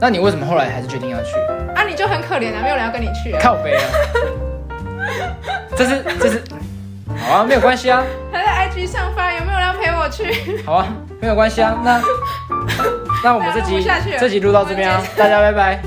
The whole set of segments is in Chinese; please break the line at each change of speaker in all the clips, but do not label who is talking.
那你为什么后来还是决定要去？
啊，你就很可怜啊，没有人要跟你去、啊。
靠背啊，这是这是，好啊，没有关系啊，
还在 IG 上发，有没有人要陪我去？
好啊，没有关系啊，那那我们这
录不
集
哎下去了
这集录到这边啊，大家拜拜。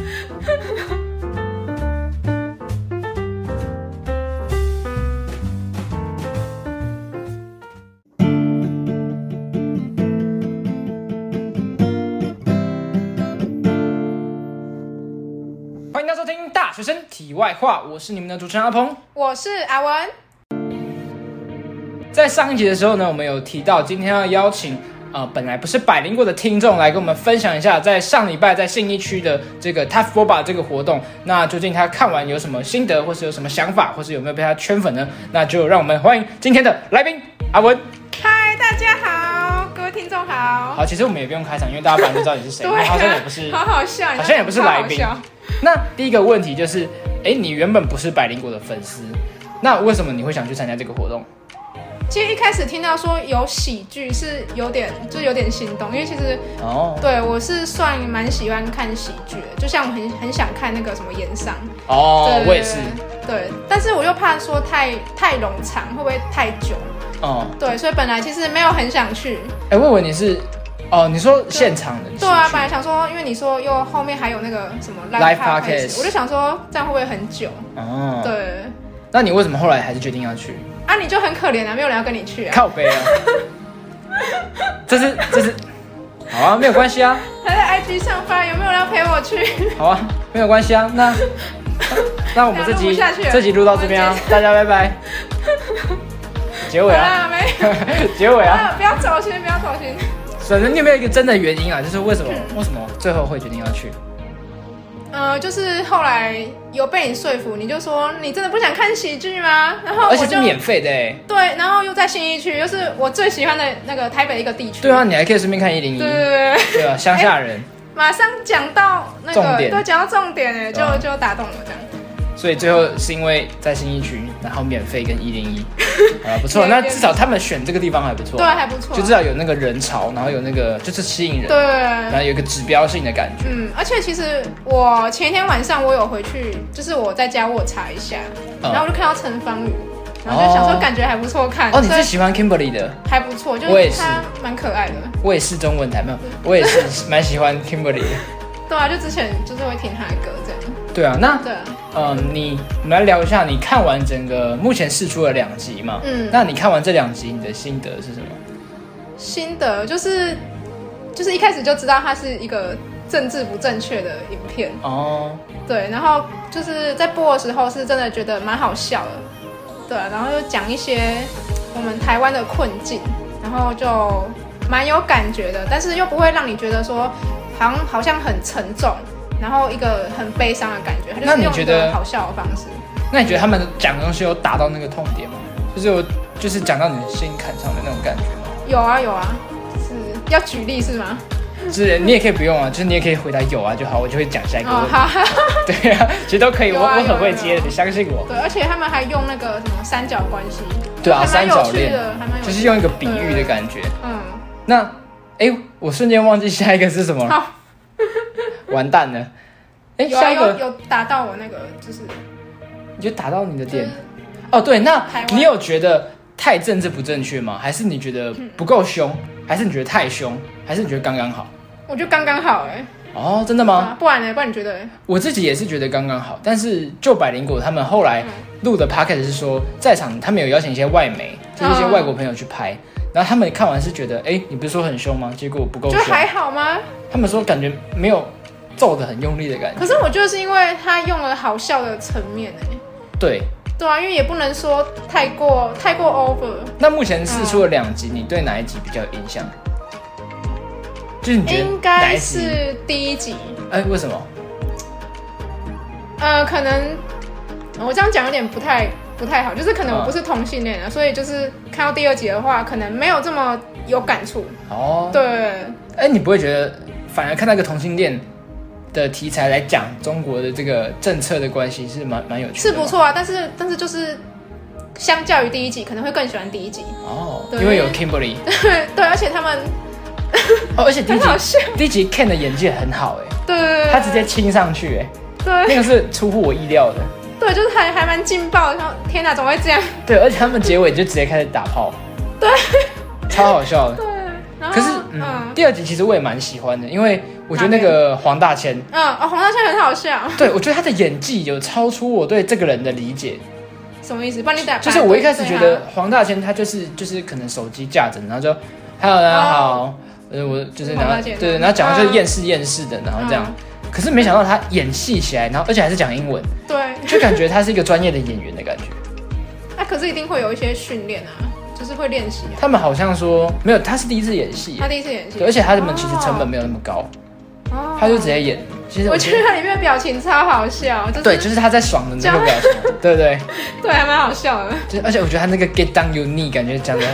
欢迎大家收听《大学生体外话》，我是你们的主持人阿鹏。
我是阿文，
在上一集的时候呢，我们有提到今天要邀请呃本来不是百灵果的听众来跟我们分享一下，在上礼拜在信义区的这个 Tough Boba 这个活动，那究竟他看完有什么心得，或是有什么想法，或是有没有被他圈粉呢？那就让我们欢迎今天的来宾阿文。
嗨，大家好，各位听众好。
好，其实我们也不用开场，因为大家本来就知道你是谁，
对啊，
好像也不是。
好好笑，你知
好
道
像也不是
超好
来宾
笑
那第一个问题就是，哎，你原本不是百灵果的粉丝，那为什么你会想去参加这个活动？
其实一开始听到说有喜剧是有点，就有点心动，因为其实
哦
对我是算蛮喜欢看喜剧的，就像我很很想看那个什么演商，
哦
对，
我也是，。
对，但是我又怕说太太冗长，会不会太久？
哦。
对，所以本来其实没有很想去。
哎、我以为你是，哦，你说现场的，
对啊
你，是
本来想说，因为你说又后面还有那个什么
Live
live podcast，
podcast
我就想说这样会不会很久？
哦，，
对，
那你为什么后来还是决定要去？
啊，你就很可怜啊，没有人要跟你去啊，
靠背啊，这是这是，好啊，没有关系啊，
还在 IG 上发，有没有人要陪我去？
好啊，没有关系啊，那那我们这
那录不
集
下去了
这集录到这边啊，大家拜拜， 结
好
尾啊，
啦，没有
结尾啊，
啊，不要走心，不要走心。
反正你有没有一个真的原因啊？就是为什么为什么最后会决定要去？
呃，就是后来有被你说服，你就说你真的不想看喜剧吗？然后我
而
就
且是免费的哎、
对，然后又在信义区，又是我最喜欢的那个台北一个地区。
对啊，，你还可以顺便看一零一，
对对对哎对，
对啊，乡下人。
马上讲到那
重
个，
点
对，讲到重点哎，就
对啊
就打动我这样。
所以最后是因为在新一区，然后免费跟一零 一，啊不错，
对
那
对
至少他们选这个地方还不错，
对，还不错。
就至少有那个人潮，然后有那个就是吸引人，然
对，
后有一个指标性的感觉。
嗯，而且其实我前一天晚上我有回去，就是我在家我查一下，
嗯
然后我就看到陈芳宇，然后就想
哦
说感觉还不错看，
哦，你
所
是
以
喜欢 Kimberly 的，
还不错，就
我也
是
是
他蛮可爱的。
我也是中文台没有，我也是蛮喜欢 Kimberly 的。
对啊，就之前就是会听他的歌这样。
对啊，那
对啊，
嗯，你我们来聊一下，你看完整个目前试出了两集嘛？
嗯
那你看完这两集，你的心得是什么？
心得就是就是一开始就知道它是一个政治不正确的影片，
哦，
对，然后就是在播的时候是真的觉得蛮好笑的，对啊，然后又讲一些我们台湾的困境，然后就蛮有感觉的，但是又不会让你觉得说好像好像很沉重，然后一个很悲伤的感觉，它就
那
是
你
用
觉
一
得
个好笑的方式。
那你觉得他们讲的东西有打到那个痛点吗？就是有，就是讲到你的心坎上的那种感觉吗？
有啊有啊，是要举例是吗？
是，你也可以不用啊，就是你也可以回答有啊就好，我就会讲下一个
哦
问题。
好，
对啊，其实都可以，我
有啊
我很
有啊
会
有啊
接的，你相信我。
对，而且他们还用那个什么三角关系，
对啊，
还
三
蛮有
角
趣
恋
的，还蛮有趣的，
就是用一个比喻的感觉。
嗯，
那，哎、我瞬间忘记下一个是什么了，
好，
完蛋了。哎、
有啊
下一
有
个
有打到我那个就是
你就打到你的
就是
点哦。对，那
嗯台湾
你有觉得太政治不正确吗？还是你觉得不够凶？还是你觉得太凶？还是你觉得刚刚好？
我觉得刚刚好哎、
哦，真的吗？
啊不然呢？不然你觉得？
我自己也是觉得刚刚好，但是就百灵果他们后
嗯
来录的 p o c a s t 是说，在场他们有邀请一些外媒，就是一些
嗯
外国朋友去拍，然后他们看完是觉得，哎、你不是说很凶吗？结果不够
就
凶，
还好吗？
他们说感觉没有揍的很用力的感觉。
可是我觉得是因为他用了好笑的层面哎、
对，
对啊，因为也不能说太过太过 over，
那目前试出了两集，你对哪一集比较有印象？就是你觉得
应
哪
该
一集？
是第一集，
哎、为什么？
呃，可能我这样讲有点不太不太好，就是可能我不是同性恋啊，所以就是看到第二集的话，可能没有这么有感触。
哦，
对，
哎、你不会觉得反而看到一个同性恋的题材来讲中国的这个政策的关系是蛮蛮有趣的
是
吗，
不错啊，但是但是就是相较于第一集，可能会更喜欢第一集。
哦，
对
因为有 Kimberly，
对，而且他们
哦，而且第一
很
集
好笑。
第一集 Ken 的演技很好哎，
对对对对，
他直接亲上去、哎，那
对
个是出乎我意料的。
对，就是还还蛮劲爆的。然后天哪，怎么会这样？
对，而且他们结尾就直接开始打炮，对，超好笑的。
对，啊然后
可是，嗯，
嗯
第二集其实我也蛮喜欢的，因为我觉得那个黄大千，
嗯，哦，黄大仙很好笑，
对我觉得他的演技有超出我对这个人的理解。
什么意思？帮你打，
就是我一开始觉
对
得
啊，
黄大千他就是就是可能手机架着，然后就 “hello 大家
哦
好”，呃，我就是然
黄
后
大千
对，
嗯
然后讲的就是厌世厌世的，然后这样。可是没想到他演戏起来，然后而且还是讲英文，
对，
就感觉他是一个专业的演员的感觉。
那、可是一定会有一些训练啊，就是会练习、啊。
他们好像说没有，他是第一次演戏
他，第一次演戏
对，，而且他们其实成本没有那么高，
哦
他就直接演。其实
我
我觉
觉
得
得它里面的表情超好笑，就是
对，就是他在爽的那个表情，对对，
对还蛮好笑的。
就是而且我觉得他那个 “get down you knee” 感觉讲的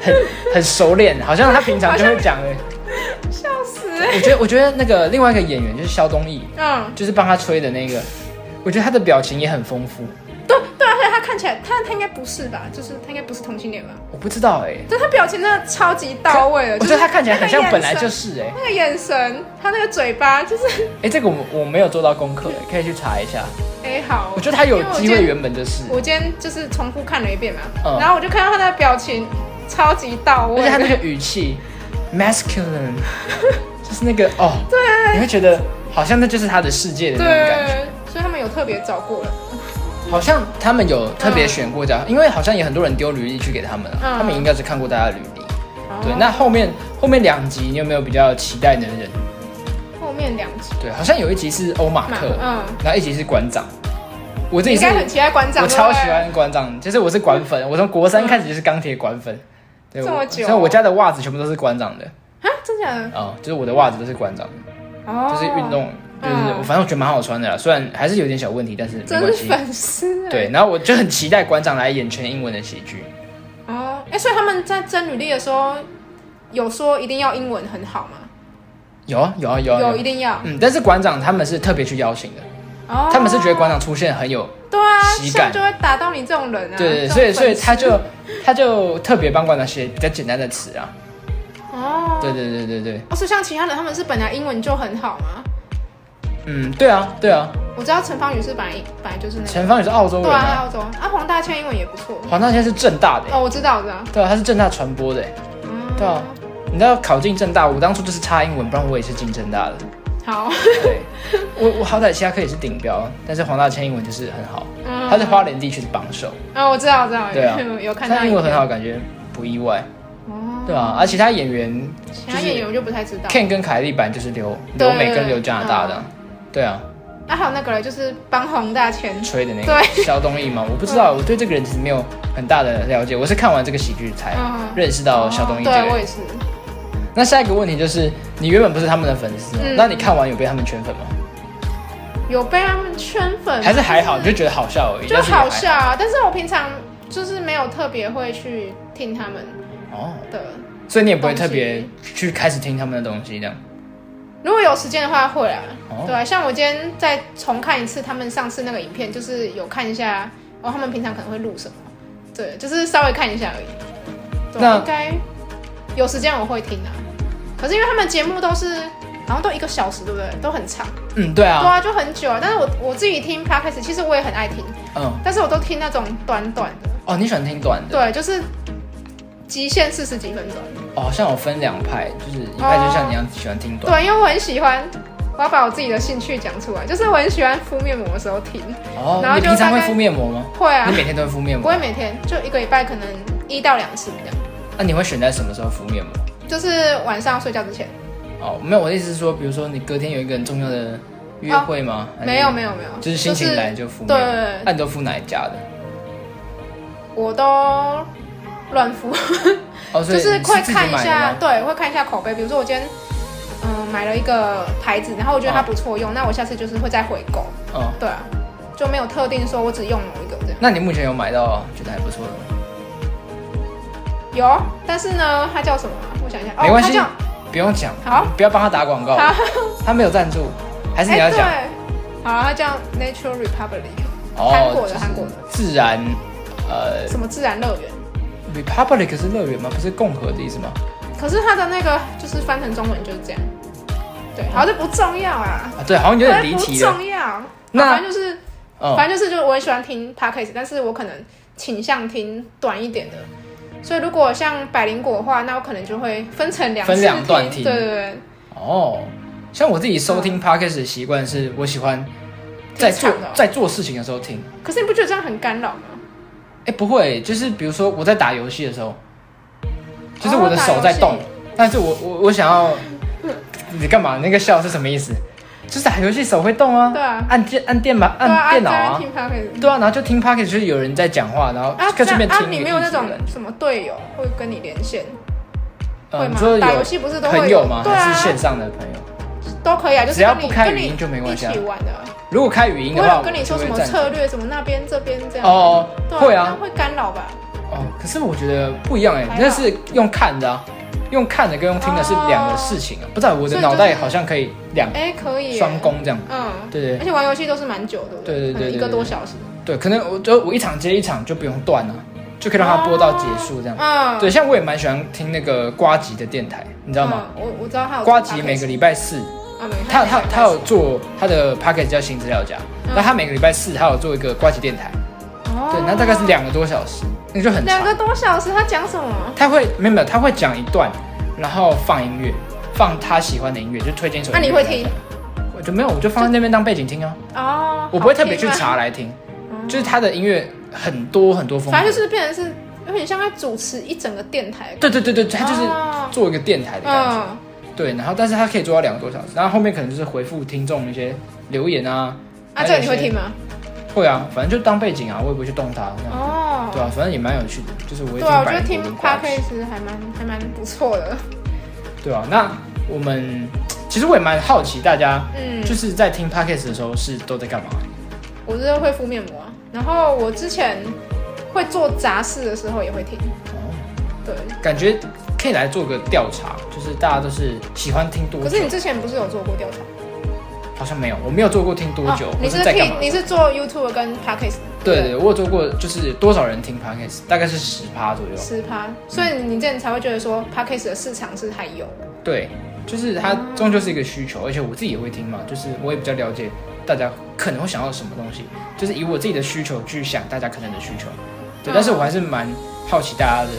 很很熟练，好像他平常就会讲的。
笑死。
我觉得，我觉得那个另外一个演员就是肖东义，
嗯，
就是帮他吹的那个，我觉得他的表情也很丰富。
对对啊，而且他看起来，他他应该不是吧？就是他应该不是同性恋吧？
我不知道哎、
但他表情真的超级到位了，
我
就
觉
是
得他看起来很像本来
那
就
个眼神
是哎、
那个眼神，他那个嘴巴就是
哎、这个我我没有做到功课、哎，可以去查一下。
哎、好，
我觉得他有
因为我
机
今
会
天
原本就是，
我今天就是重复看了一遍嘛，
嗯
然后我就看到他的表情超级到
而
位，
且他那个语气 masculine，就是那个哦，对，你会觉得好像那就是他的世界的那种感觉。
对，所以他们有特别找过了，
好像他们有特别选过这样，因为好像也很多人丢履历去给他们了、
嗯
他们应该是看过大家的履历。对
哦，
那后面后面两集你有没有比较期待的人？
后面两集
对，好像有一集是欧马
嘛，
克，
嗯，
然后一集是馆长。我自己
应
是
该很期待馆长，
我超
对不对
喜，欢馆长，就是我是馆粉，我从国三开始就是钢铁馆粉。对，
这么
我
久哦
所以我家的袜子全部都是馆长的
啊，真假的？
啊、就是我的袜子都是馆长的，
哦，
就是运，动，就是
嗯
我反正我觉得蛮好穿的啦，虽然还是有点小问题，但是没关
真是
系。
粉丝，欸
对，，然后我就很期待馆长来演全英文的喜剧。
哦，哎、所以他们在争履历的时候，有说一定要英文很好吗？
有啊有啊有啊，
有，
啊
一定要。
嗯，但是馆长他们是特别去邀请的，
哦，
他们是觉得馆长出现很有
对啊，
喜
这
感
样就会打到你这种人啊。
对对，
这种
所以所以
粉丝
他就他就特别帮馆长写比较简单的词啊。
哦，
对对对对对，
哦，所以像其他人，他们是本来英文就很好嘛。
嗯，对啊对啊，
我知道陈芳宇是本来本来就是那个，
陈芳也是澳洲
对
人
啊，在
啊，
澳洲啊，黄大千英文也不错。
黄大仙是正大的欸、
哦，我知道，我知道。
对啊，他是正大传播的欸、
嗯
对啊你知道考进正大，我当初就是差英文，不然我也是进正大的。
嗯好，
对，我我好歹其他科也是顶标，但是黄大千英文就是很好，
嗯
他在花莲地区是榜首，
啊，我知道，我知道，
对啊
有看到
他英文很
影
好，感觉不意外，
片。哦，
对啊，而其他演员
其他演员我就不太知道。
Ken 跟凯莉版就是留
对
留美跟留加拿大的啊，对啊，
啊，还有那个嘞，就是帮黄大千。
吹的那个肖东义嘛，我不知道，我对这个人其实没有很大的了解，我是看完这个喜剧才
嗯哦
认识到肖哦东义这个
对，
人。
我也是。
那下一个问题就是，你原本不是他们的粉丝吗，
嗯
那你看完有被他们圈粉吗？
有被他们圈粉，
还是还好，你就觉得好笑而已，
嗯就
但是也还
好笑啊。但是我平常就是没有特别会去听他们
哦，
的，
所以你也不会特别去开始听他们的东西这样。
如果有时间的话会啊。
哦
对啊，像我今天再重看一次他们上次那个影片，就是有看一下哦，他们平常可能会录什么，对，就是稍微看一下而已。对啊
那
应该有时间我会听啊。可是因为他们节目都是好像都一个小时，对不对？都很长，
嗯，对
对
啊，
啊，就很久啊。但是我我自己听 podcast，其实我也很爱听，
嗯，
但是我都听那种短短的。
哦，你喜欢听短的，
对，就是极限四十几分钟。
哦，像我分两派，就是一派就像你一样喜欢听短，
对，因为我很喜欢，我要把我自己的兴趣讲出来，就是我很喜欢敷面膜的时候听。
哦
然，后
你
就
平常
大
会
概
敷面膜吗？
会啊
你，每天都会敷面
不
膜
会？每天，就一个礼拜可能一到两次这样，
那你会选在什么时候敷面膜？
就是晚上睡觉之前。
哦，没有，我的意思是说，比如说你隔天有一个很重要的约会吗？还是
啊没有没有没有，
哎就是心情来就敷面
对
膜。那你都敷哪一家的？
我都乱敷，
哦， 所
就
以
是
你
会
自己
看一
买的
下，
吗
对，会看一下口碑。比如说我今天。嗯，买了一个牌子，然后我觉得它不错用，那我下次就是会再回购，
哦，
对啊，就没有特定说我只用某一个这样。
那你目前有买到觉得还不错的吗？
有，但是呢，它叫什么啊？我想一下，哦，
没关系
它叫
不用讲，
好，
不要帮他打广告，
好，
他没有赞助，还是你要
哎
讲？
对，好，它叫 Natural Republic，韩国
哦就
的
是
韩国的
自然，呃
什么自然乐园。
，Republic 是乐园吗？不是共和的意思吗？
可是它的那个就是翻成中文就是这样，对，好，这不重要啊，
啊，对，好像有点离
哎不
题了。
重要。
那
反正就是，
嗯，
反正就是，就是我很喜欢听 podcast，但是我可能倾向听短一点的。所以如果像百灵果的话，那我可能就会分成两
分
次
两段听
对对对，
哦，像我自己收听 podcast 的习惯是，我喜欢在
嗯挺
做
长的哦
在做事情的时候听。
可是你不觉得这样很干扰吗？
哎，不会，就是比如说我在打游戏的时候，就是我的手在
哦打
动
游戏，
但是我我我想要，你干嘛？那个笑是什么意思？就是打游戏手会动啊，
对啊
按键按电嘛，
对啊，
按电脑
啊，
啊，
听 podcast。
对啊，然后就听 podcast 就是有人在讲话，然后
啊，
跟这边
那啊
听一个
你没有那
艺术
种
人
什么队友会跟你连线，会
嗯，
吗
你说？
打游
有
戏不是都会
朋友吗？
对啊，
还是线上的朋友？
都可以啊，就是
只要
跟
不
你
开
跟
语
你
音就没关系啊
一起玩的啊，
如果开语
不
音的
会
话，
有跟你说
我
什
就
么
会暂
策略，什么那边这边这样。
哦，
对啊，
会啊
那，会干扰吧？
哦，可是我觉得不一样哎
还，好
那是用看的啊，用看的跟用听的是两个事
哦
情啊。不知道我的脑袋好像可以两
哎，可以耶
双，攻这样，
嗯，
对对
而且玩游戏都是蛮久的，
对对对
可能
对
一个
对
多小时，
对，可能我就我一场接一场就不用断了，就可以让
哦
它播到结束这样。
嗯，
对，像我也蛮喜欢听那个瓜吉的电台，你
你
知道吗？？
嗯我我知道他有
瓜吉每个礼拜四，
啊，没有
他他
有
他有做他的 p a c k a g e 叫新资料夹，那他每个礼拜四他有做一个瓜吉电台，
嗯哦
对，那大概是两个多小时，那就很长
两。个多小时，他讲什么？
他会没有没有，他会讲一段，然后放音乐，放他喜欢的音乐，就推荐一首。
那啊你会？听
我就没有，我就放在那边当背景听啊，
哦？
我不会特别
好
去
听吗
查来听，就是他的音乐很多很多风格。
反正就是变成是有点像在主持一整个电台的
对对对对，他
感觉，
就是
哦
做一个电台的感觉，
嗯，
对，然后但是他可以做到两个多小时，然后后面可能就是回复听众一些留言啊，
啊，这个你会听吗？
会啊，反正就当背景啊，我也不会去动它，这样
哦，
对啊，反正也蛮有趣的，就是我也
对啊，我觉
百
得
灵
听
果的
p o
瓜
d
子
c a s 还蛮还蛮不错的，
对啊，那我们其实我也蛮好奇大家
嗯，
就是在听 podcast 的时候是都在干嘛？
我是会敷面膜啊，然后我之前会做杂事的时候也会听，对，
哦感觉可以来做个调查，就是大家都是喜欢听多
可
久
是？你之前不是有做过调查？
好像没有，我没有做过听多久，
哦
我
你是
在干
听
嘛？
你是做 YouTube 跟 p o d c a s
对对，我有做过，就是多少人听 podcast，大概是十趴左右。
十趴，
嗯
所以你这样才会觉得说 p o d c a s 的市场是还有，
对，就是它终究是一个需求，而且我自己也会听嘛，就是我也比较了解大家可能会想要什么东西，就是以我自己的需求去想大家可能的需求。对，但是我还
嗯
是蛮好奇大家的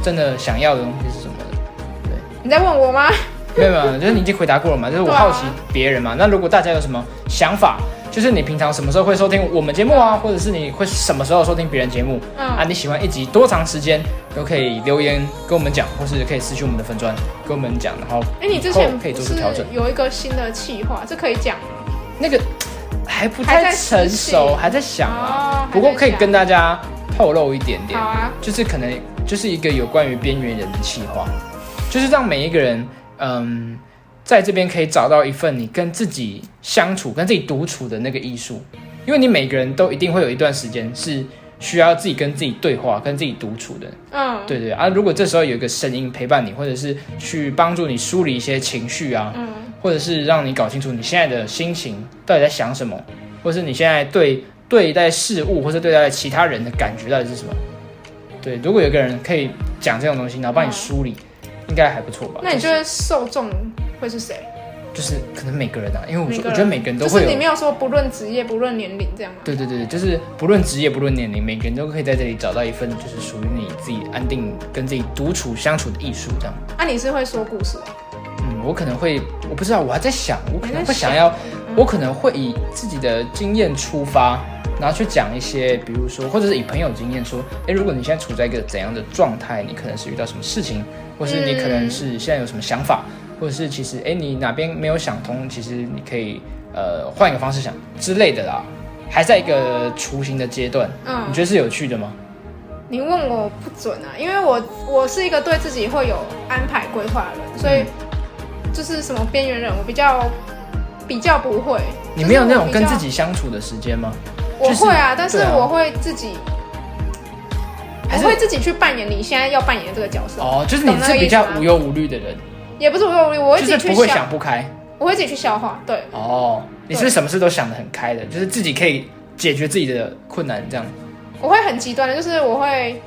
真的想要的东西是什么的。
你在问我吗？
没有没 有，就是你已经回答过了嘛，就是我
对啊
好奇别人嘛。那如果大家有什么想法，就是你平常什么时候会收听我们节目啊，或者是你会什么时候收听别人节目、啊？
嗯，
你喜欢一集多长时间，都可以留言跟我们讲，或是可以私讯我们的粉砖跟我们讲。然后
哎，你之
以
前
后可以
不
做
是
出调整
有一个新的企划，这可以讲吗？
那个还不
还
太
在
成
实行
熟，还在想啊，
哦，
不过
还
可
在
以
想
跟大家透露一点点
好。啊，
就是可能就是一个有关于边缘人的企划，就是让每一个人，嗯，在这边可以找到一份你跟自己相处、跟自己独处的那个艺术，因为你每个人都一定会有一段时间是需要自己跟自己对话、跟自己独处的，
嗯，
对对啊。如果这时候有一个声音陪伴你，或者是去帮助你梳理一些情绪啊，
嗯，
或者是让你搞清楚你现在的心情到底在想什么，或是你现在对对待事物或者对待其他人的感觉到底是什么。对，如果有个人可以讲这种东西，然后帮你梳理，应该还不错吧？
那你觉
就
得受众会是谁？
就是可能每个人啊，因为我
每
觉
个
我
人
觉得每个人都
就
会
是你
有
没，有说不论职业、不论年龄这样吗？
对对对，就是不论职业不论年龄，每个人都可以在这里找到一份就是属于你自己安定跟自己独处相处的艺术，这样。
啊，你是会说故事哦，
嗯，我可能会，我不知道，我还在想，我可能
还
会
在想嗯
想要，我可能会以自己的经验出发，然后去讲一些，比如说，或者是以朋友经验说，诶，如果你现在处在一个怎样的状态，你可能是遇到什么事情，或是你可
嗯
能是现在有什么想法，或者是其实，诶，哎你哪边没有想通，其实你可以呃换一个方式想之类的啦，还在一个雏形的阶段，
嗯
你觉得是有趣的吗？
你问我不准啊，因为我我是一个对自己会有安排规划的人，所以
嗯
就是什么边缘人，我比较比较不会。
你没有
就是
那
我
种
比较
跟自，己相处的时间吗？
我
就是
会啊，但是
对啊
我会自己，
还
我
是
会自己去扮演你现在要扮演的这个角色，
哦，就是你
懂那
是
个
比
意思
较
吗
无忧无虑的人，
也不是我有我会
就
自
是
己去
不会想不开。
我会自己去消化，对。
哦，你是不是什么事都想得很开的，就是自己可以解决自己的困难这样？
我会很极端的，就是我会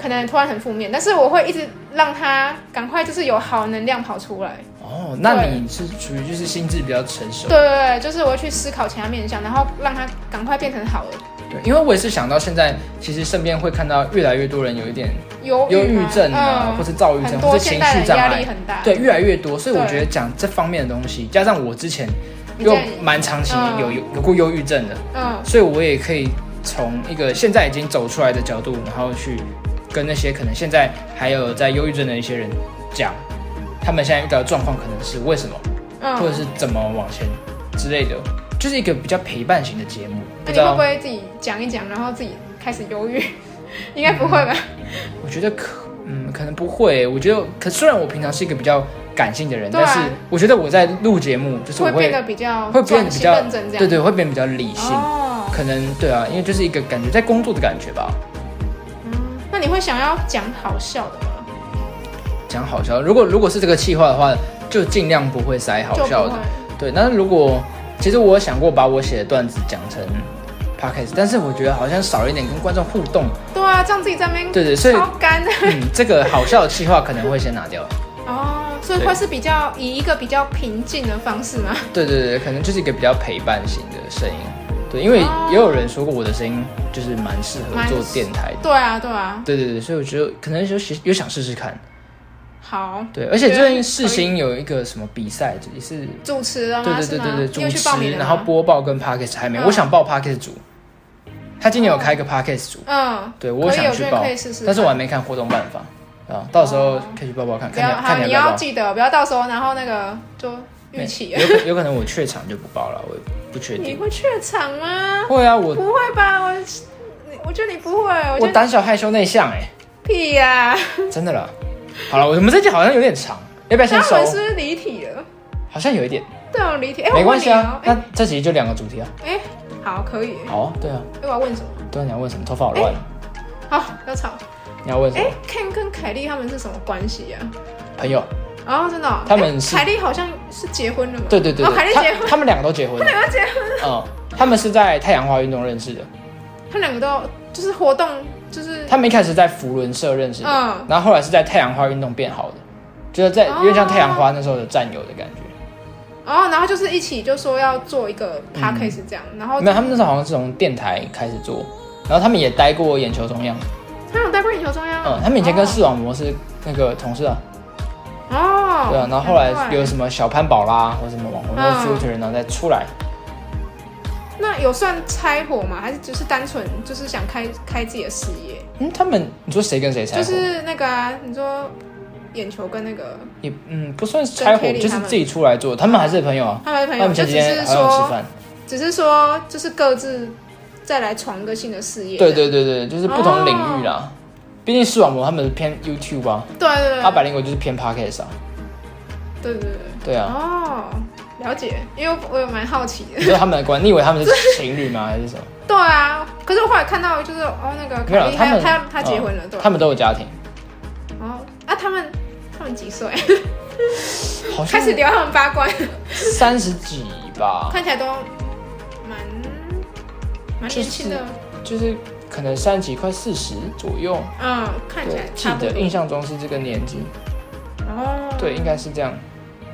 可能突然很负面，但是我会一直让他赶快就是有好能量跑出来。
哦，那
对
你是属于就是心智比较成熟
对。对对，就是我会去思考其他面向，然后让他赶快变成好的。
对，因为我也是想到现在，其实身边会看到越来越多人有一点
忧
忧
郁
郁
吗
症啊，
嗯
或是躁郁症，
很
或
多
是情
现代
绪
人
障
压力
碍，
很大。
对，越来越多。所以我
对
觉得讲这方面的东西，加上我之前
你
又
在
蛮长期
嗯
有有有过忧郁症的，
嗯，
所以我也可以从一个现在已经走出来的角度，然后去跟那些可能现在还有在忧郁症的一些人讲，他们现在遇到的状况可能是为什么，
嗯，
或者是怎么往前之类的，就是一个比较陪伴型的节目。不
那
知
你会
道
不，会自己讲一讲，然后自己开始忧郁？ 应该不会吧？
我觉得可嗯可能不会、我觉得可虽然我平常是一个比较感性的人，
对啊
但是我觉得我在录节目嗯就是我
会
会
变得比较
会变得
专
比
心
较
认真这样。
对对会变得比较理性，
哦，
可能对啊，因为就是一个感觉在工作的感觉吧。
嗯，那你会想要讲好笑的吗？
讲好笑。如果如果是这个气话的话，就尽量不会塞好
就
笑
不
的
会。。
对，但是如果其实我有想过把我写的段子讲成 podcast，但是我觉得好像少了一点跟观众互 动。
对啊，这样自己在那边
对对，所以
超干的。
嗯，这个好笑的气话可能会先拿掉。
哦，所以
对
会是比较以一个比较平静的方式吗？
对对对，可能就是一个比较陪伴型的声音。对，因为
哦
也有人说过我的声音就是蛮适合
蛮
做电台的。
对啊，对啊。
对对对，所以我觉得可能有有想试试看。
好，
对，而且最近
对
世新有一个什么比赛，也是
主持人
对对
吗？啊是
对
吗？
对对，
你有
主
去报
持，
名了
然
吗
后播报跟 podcast 还没，
嗯
我想报 podcast 组，他今年有开一个 podcast 组，
嗯，
对我
可以
想
有
去
些
报
可以试试看，
但是我还没看活动办法啊，到时候可以去报报看，
不
看
要
你看
好，
你
你
要不
要
要报
记得不要到时候然后那个就预期
没，有可有可能我怯场就不报了，我也不确
你
定。
会怯场吗？
会啊，我
不会吧，我你我觉得你不会，我
我
觉得
胆小害羞内向哎，
屁呀、
真的啦。好了，我们这集好像有点长，要不要先
那
收
我？们是不是离题了？
好像有一点，
对，我离题。哎、我
没关
问你
系啊
哦。，哎、
那这集就两个主题啊。
哎、好，可以。
好啊，对啊，
哎我要问什么？
对啊，你要问什么？头发好乱，
好，不要吵。
你要问什
哎、
么？
看 Ken 跟凯莉他们是什么关系呀、
朋友，
啊？哦，真的哦、
他们
哎
是
凯莉好像是结婚了嘛？
对对对
哦，
对，
凯莉
他
结婚，
他们两个都结婚了。
他们结婚，
嗯，他们是在太阳花运动认识的，
他们两个都就是活动，就是
他们一开始在福伦社认识的，
嗯
然后后来是在太阳花运动变好的，就是在
哦
有点像太阳花那时候的战友的感觉。
哦，然后就是一起就说要做一个 podcast 这样，然后
没有，他嗯们那时候好像是从电台开始做，然后他们也待过眼球中央，
他有带过眼球中央，
嗯，他们以前跟视网膜是那个同事啊，
哦，
对啊，然后后来有什么小潘宝啦，或什么网红
嗯
future，然后再出来，
那有算拆伙吗？还是只是单纯就是想开开自己的事业？
嗯，他们你说谁跟谁拆
就
伙？
是那个啊，你说眼球跟那个
也嗯不算是拆伙，
跟 Kelly
就是
他们
自己出来做，他们还是朋友啊，
他们的
他
朋友，
们
就
前
只
几
是
天好像有吃
说，
饭。
只是说就是各自再来闯一个新的事业。
对对对对，就是不
哦
同领域啦。毕竟视网膜他们是偏 YouTube 啊，
对对
阿
对
百灵果就是偏 Podcast 啊。
对对对。
对啊，
哦，了解，因为我也蛮好奇的。
你说他们的关，你以为他们是情侣吗？还是什么？
对啊，可是我后来看到就是哦，那个
没有
凯
啦，
莉
他
还有
们
他他结婚了，
嗯
对吧
他？们都有家庭，
哦，啊，他们他们几岁？
好像
开始聊他们八卦，
三十几吧，
看起来都蛮蛮年轻的，
就是可能三十几快四十左右。
嗯，看起
对
来，
记
差不
得印
多。
象中是这个年纪，
哦，
对，，应该是这样。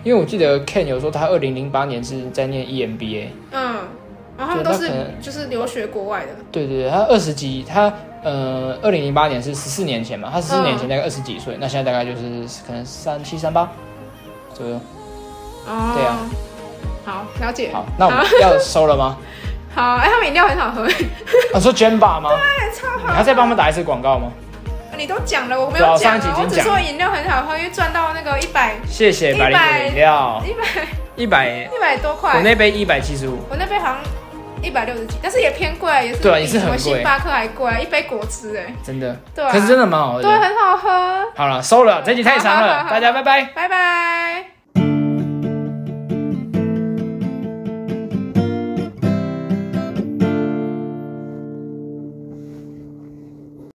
因为我记得 Ken 有说他二零零八年是在念 E EMBA，
嗯，然
对
后他们都
那可
是
能
就是留学国外的，
对对对，他二十几，他呃，二零零八年是十四年前嘛，他十四年前大概二十几岁，那现在大概就是可能三七三八左右。
哦，
对啊，
好了解，
好，那我们要收了 吗？
好，哎，他们饮料很好喝，
啊 你说 Jamba 吗？你还再帮我们打一次广告吗？
你都讲了，我没
对啊
有
上一
讲
集已
啊，
经
我只
讲了
说饮料很好喝，因为赚到那个一百
谢谢百灵果的饮料，
一百
一百，
一百多
我
块，
那杯一百七十五，
我那杯好像。一百六十几，但是也偏贵，也是
对啊
比
也是很
什么
贵
星巴克还贵，一杯果汁哎，
真的，
对啊
可是真的蛮好喝
对，
的。
很好喝，
好了，收了，这集太长
好好
了，
好
大家拜拜。
拜拜。